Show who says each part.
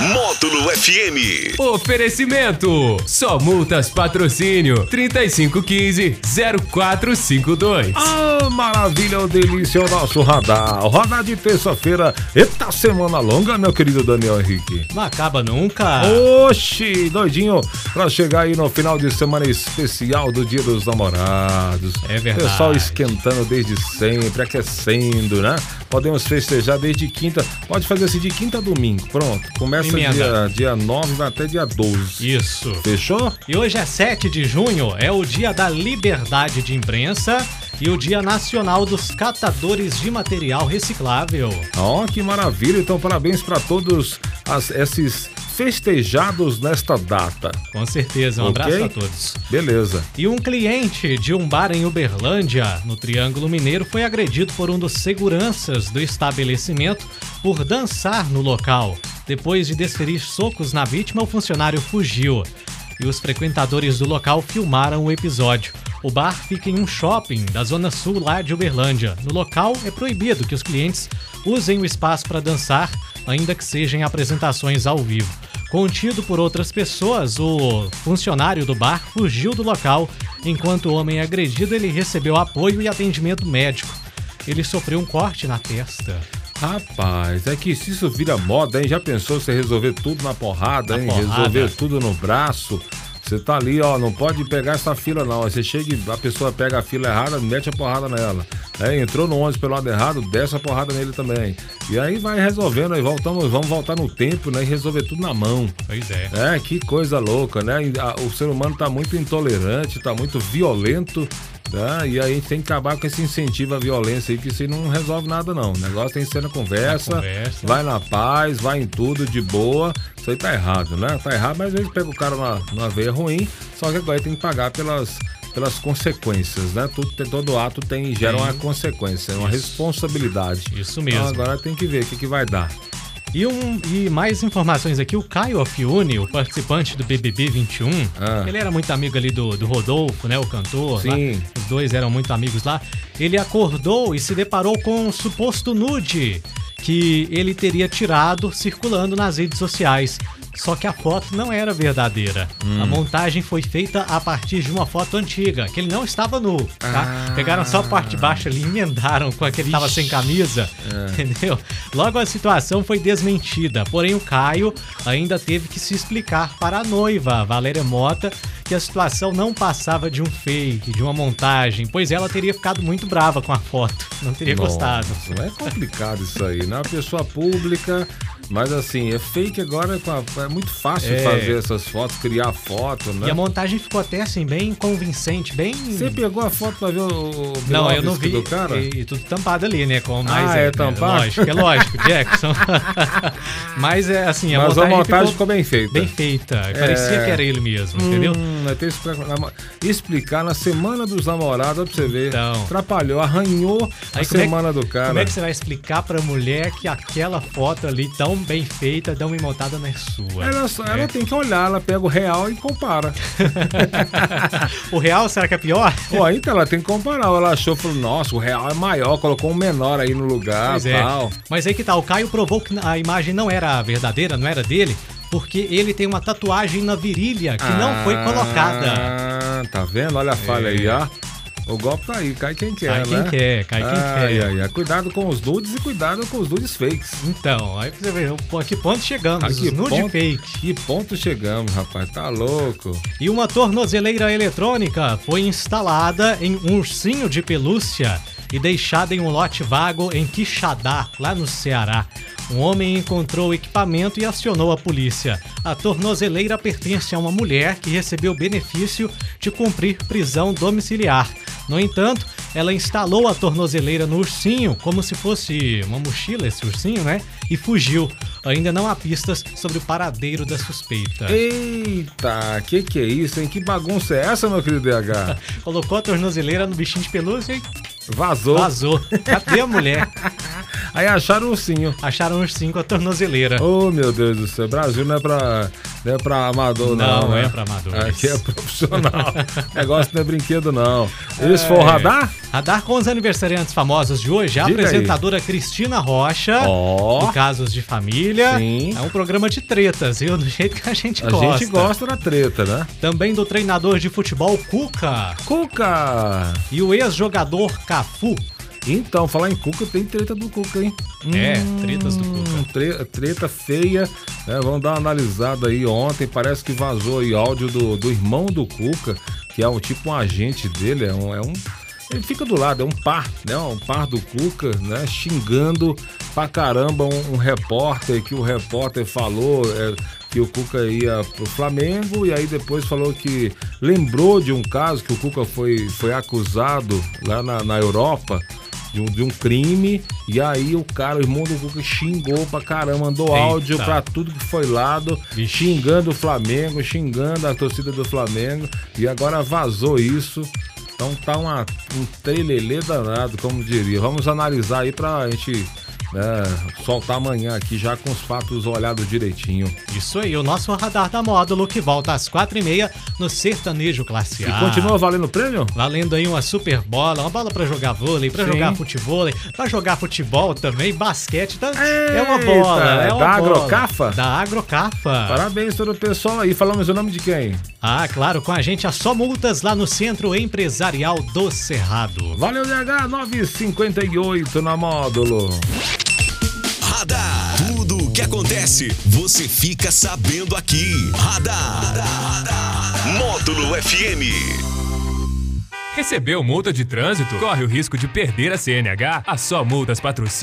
Speaker 1: Módulo FM.
Speaker 2: Oferecimento: Só Multas Patrocínio 3515-0452.
Speaker 3: Ah, maravilha, oh, delícia, é o nosso radar. Radar de terça-feira. Eita, semana longa, meu querido Daniel Henrique.
Speaker 4: Não acaba nunca.
Speaker 2: Oh.
Speaker 3: Oxi, doidinho, pra chegar aí no final de semana especial do Dia dos Namorados.
Speaker 4: É verdade.
Speaker 3: Pessoal esquentando desde sempre, aquecendo, né? Podemos festejar desde quinta. Pode fazer assim de quinta a domingo. Pronto, começa
Speaker 4: Emenda.
Speaker 3: dia, dia 9, vai até dia 12.
Speaker 4: Isso.
Speaker 3: Fechou?
Speaker 4: E hoje é 7 de junho, é o dia da liberdade de imprensa e o dia nacional dos catadores de material reciclável.
Speaker 3: Ó, que maravilha! Então, parabéns para todos as- esses festejados nesta data.
Speaker 4: Com certeza, um
Speaker 3: Ok.
Speaker 4: abraço a todos.
Speaker 3: Beleza.
Speaker 4: E um cliente de um bar em Uberlândia, no Triângulo Mineiro, foi agredido por um dos seguranças do estabelecimento por dançar no local. Depois de desferir socos na vítima, o funcionário fugiu. E os frequentadores do local filmaram o episódio. O bar fica em um shopping da zona sul lá de Uberlândia. No local é proibido que os clientes usem o espaço para dançar, ainda que sejam apresentações ao vivo. Contido por outras pessoas, o funcionário do bar fugiu do local. Enquanto o homem agredido, ele recebeu apoio e atendimento médico. Ele sofreu um corte na testa.
Speaker 3: Rapaz, é que se isso vira moda, hein? Já pensou você resolver tudo na porrada,
Speaker 4: Na
Speaker 3: hein?
Speaker 4: porrada.
Speaker 3: Resolver tudo no braço. Você tá ali, ó, não pode pegar essa fila, não. Aí Você chega e a pessoa pega a fila errada, mete a porrada nela. É, entrou no ônibus pelo lado errado, desce a porrada nele também. E aí vai resolvendo, aí voltamos, vamos voltar no tempo, né? E resolver tudo na mão.
Speaker 4: Pois é.
Speaker 3: É, que coisa louca, né? E a- O ser humano tá muito intolerante, tá muito violento, né? E aí a gente tem que acabar com esse incentivo à violência aí, que isso aí não resolve nada, não. O negócio tem que ser na conversa,
Speaker 4: Na conversa.
Speaker 3: vai na paz, vai em tudo, de boa. Isso aí tá errado, né? Tá errado, mas às vezes pega o cara numa, numa veia ruim, só que agora tem que pagar pelas. Pelas consequências, né? Tudo, tem- todo ato tem, gera uma consequência, é uma responsabilidade.
Speaker 4: Isso mesmo.
Speaker 3: Então agora tem que ver o que, que vai dar.
Speaker 4: E, um, e mais informações aqui, o Caio Afione, o participante do BBB 21,
Speaker 3: Ah.
Speaker 4: ele era muito amigo ali do, do Rodolfo, né, o cantor. lá.
Speaker 3: Sim.
Speaker 4: os dois eram muito amigos lá. Ele acordou e se deparou com um suposto nude que ele teria tirado circulando nas redes sociais. Só que a foto não era verdadeira. A montagem foi feita a partir de uma foto antiga, que ele não estava nu, tá? Pegaram só a parte de baixo ali, emendaram com aquele que estava sem camisa, entendeu? Logo a situação foi desmentida, porém o Caio ainda teve que se explicar para a noiva, Valéria Mota, que a situação não passava de um fake, de uma montagem, pois ela teria ficado muito brava com a foto, não teria gostado.
Speaker 3: Nossa, é complicado isso aí, né? Uma pessoa pública, mas assim, é fake agora, é com a- é muito fácil
Speaker 4: É.
Speaker 3: fazer essas fotos, criar foto,
Speaker 4: E a
Speaker 3: né?
Speaker 4: montagem ficou até assim, bem convincente, bem...
Speaker 3: Você pegou a foto pra ver o, o
Speaker 4: Não, eu
Speaker 3: Belovski
Speaker 4: não vi.
Speaker 3: do cara?
Speaker 4: E, e tudo tampado ali, né? Com mais,
Speaker 3: Ah, é tampado?
Speaker 4: Lógico, é lógico, Jackson. Mas é assim, a
Speaker 3: Mas a
Speaker 4: montagem,
Speaker 3: montagem ficou
Speaker 4: ficou
Speaker 3: bem feita.
Speaker 4: bem feita. Parecia que era ele mesmo, entendeu?
Speaker 3: Hum, vai ter que explicar, na- explicar na semana dos namorados ó, pra você ver.
Speaker 4: Então.
Speaker 3: Atrapalhou, arranhou a
Speaker 4: Aí como é que-
Speaker 3: semana do cara.
Speaker 4: Como é que você vai explicar pra mulher que aquela foto ali tão bem feita, tão bem montada, não é sua?
Speaker 3: Ela, só- ela
Speaker 4: É.
Speaker 3: tem que olhar, ela pega o real e compara.
Speaker 4: O real, será que é pior?
Speaker 3: Pô, aí então ela tem que comparar. Ela achou, falou, nossa, o real é maior, colocou um menor aí no lugar,
Speaker 4: Pois é.
Speaker 3: tal.
Speaker 4: Mas aí que tá, o Caio provou que a imagem não era a verdadeira, não era dele, porque ele tem uma tatuagem na virilha que não foi colocada. É.
Speaker 3: Ah, tá vendo? Olha a falha aí, ó. O golpe tá aí, cai quem quer,
Speaker 4: Cai quem
Speaker 3: né?
Speaker 4: quer, cai quem
Speaker 3: Ai,
Speaker 4: quer.
Speaker 3: ai, ai. Cuidado com os nudes e cuidado com os nudes fakes.
Speaker 4: Então, aí pra você ver o- a que ponto chegamos,
Speaker 3: A que
Speaker 4: os nude
Speaker 3: ponto?
Speaker 4: fake.
Speaker 3: Que ponto chegamos, rapaz? Tá louco.
Speaker 4: E uma tornozeleira eletrônica foi instalada em um ursinho de pelúcia e deixada em um lote vago em Quixadá, lá no Ceará. Um homem encontrou o equipamento e acionou a polícia. A tornozeleira pertence a uma mulher que recebeu benefício de cumprir prisão domiciliar. No entanto, ela instalou a tornozeleira no ursinho, como se fosse uma mochila esse ursinho, né? E fugiu. Ainda não há pistas sobre o paradeiro da suspeita.
Speaker 3: Eita, que que é isso, hein? Que bagunça é essa, meu querido DH?
Speaker 4: Colocou a tornozeleira no bichinho de pelúcia e
Speaker 3: Vazou.
Speaker 4: vazou. Cadê a mulher?
Speaker 3: Aí acharam o ursinho.
Speaker 4: Acharam os cinco a tornozeleira.
Speaker 3: Ô, meu Deus do céu. Brasil não é pra Não é pra amador, não.
Speaker 4: Não, não é
Speaker 3: né?
Speaker 4: pra amador.
Speaker 3: Aqui é profissional. Negócio não é brinquedo, não.
Speaker 4: É.
Speaker 3: Esse foi o radar?
Speaker 4: Radar com os aniversariantes famosos de hoje, a
Speaker 3: Diga aí.
Speaker 4: apresentadora Cristina Rocha,
Speaker 3: Ó.
Speaker 4: do Casos de Família.
Speaker 3: Sim.
Speaker 4: É um programa de tretas, viu? Do jeito que a gente
Speaker 3: A
Speaker 4: gosta.
Speaker 3: gente gosta da treta, né?
Speaker 4: Também do treinador de futebol Cuca
Speaker 3: Cuca!
Speaker 4: e o ex-jogador Cafu.
Speaker 3: Então, falar em Cuca, tem treta do Cuca, hein?
Speaker 4: É, tretas do
Speaker 3: Hum,
Speaker 4: Cuca.
Speaker 3: tre- treta feia, né? Vamos dar uma analisada aí ontem. Parece que vazou aí áudio do, do irmão do Cuca, que é um tipo um agente dele, é um. é um- ele fica do lado, é um par, né? Um par do Cuca, né? Xingando pra caramba um, um repórter que o repórter falou é, que o Cuca ia pro Flamengo e aí depois falou que lembrou de um caso que o Cuca foi, foi acusado lá na- na Europa de um, de um crime. E aí o cara, o irmão do Cuca, xingou pra caramba, mandou áudio pra tudo que foi lado,
Speaker 4: Vixe.
Speaker 3: xingando o Flamengo, xingando a torcida do Flamengo. E agora vazou isso. Então tá uma, um trelelê danado, como diria. Vamos analisar aí pra gente né, soltar amanhã aqui já com os fatos olhados direitinho.
Speaker 4: Isso aí, o nosso radar da módulo que volta às quatro e meia no Sertanejo Classe A.
Speaker 3: E continua valendo o prêmio?
Speaker 4: Valendo aí uma super bola, uma bola pra jogar vôlei, pra
Speaker 3: Sim.
Speaker 4: jogar futevôlei, pra jogar futebol também, basquete, tá? é uma bola,
Speaker 3: Eita,
Speaker 4: é
Speaker 3: é
Speaker 4: uma
Speaker 3: da
Speaker 4: bola.
Speaker 3: Agrocafa?
Speaker 4: Da Agrocafa.
Speaker 3: Parabéns todo o pessoal aí. Falamos o nome de quem?
Speaker 4: Ah, claro, com a gente a Só Multas lá no Centro Empresarial do Cerrado.
Speaker 3: Valeu, DH 958 na módulo.
Speaker 1: Radar. Tudo o que acontece, você fica sabendo aqui. radar. Módulo FM.
Speaker 2: Recebeu multa de trânsito? Corre o risco de perder a CNH? A Só Multas patrocina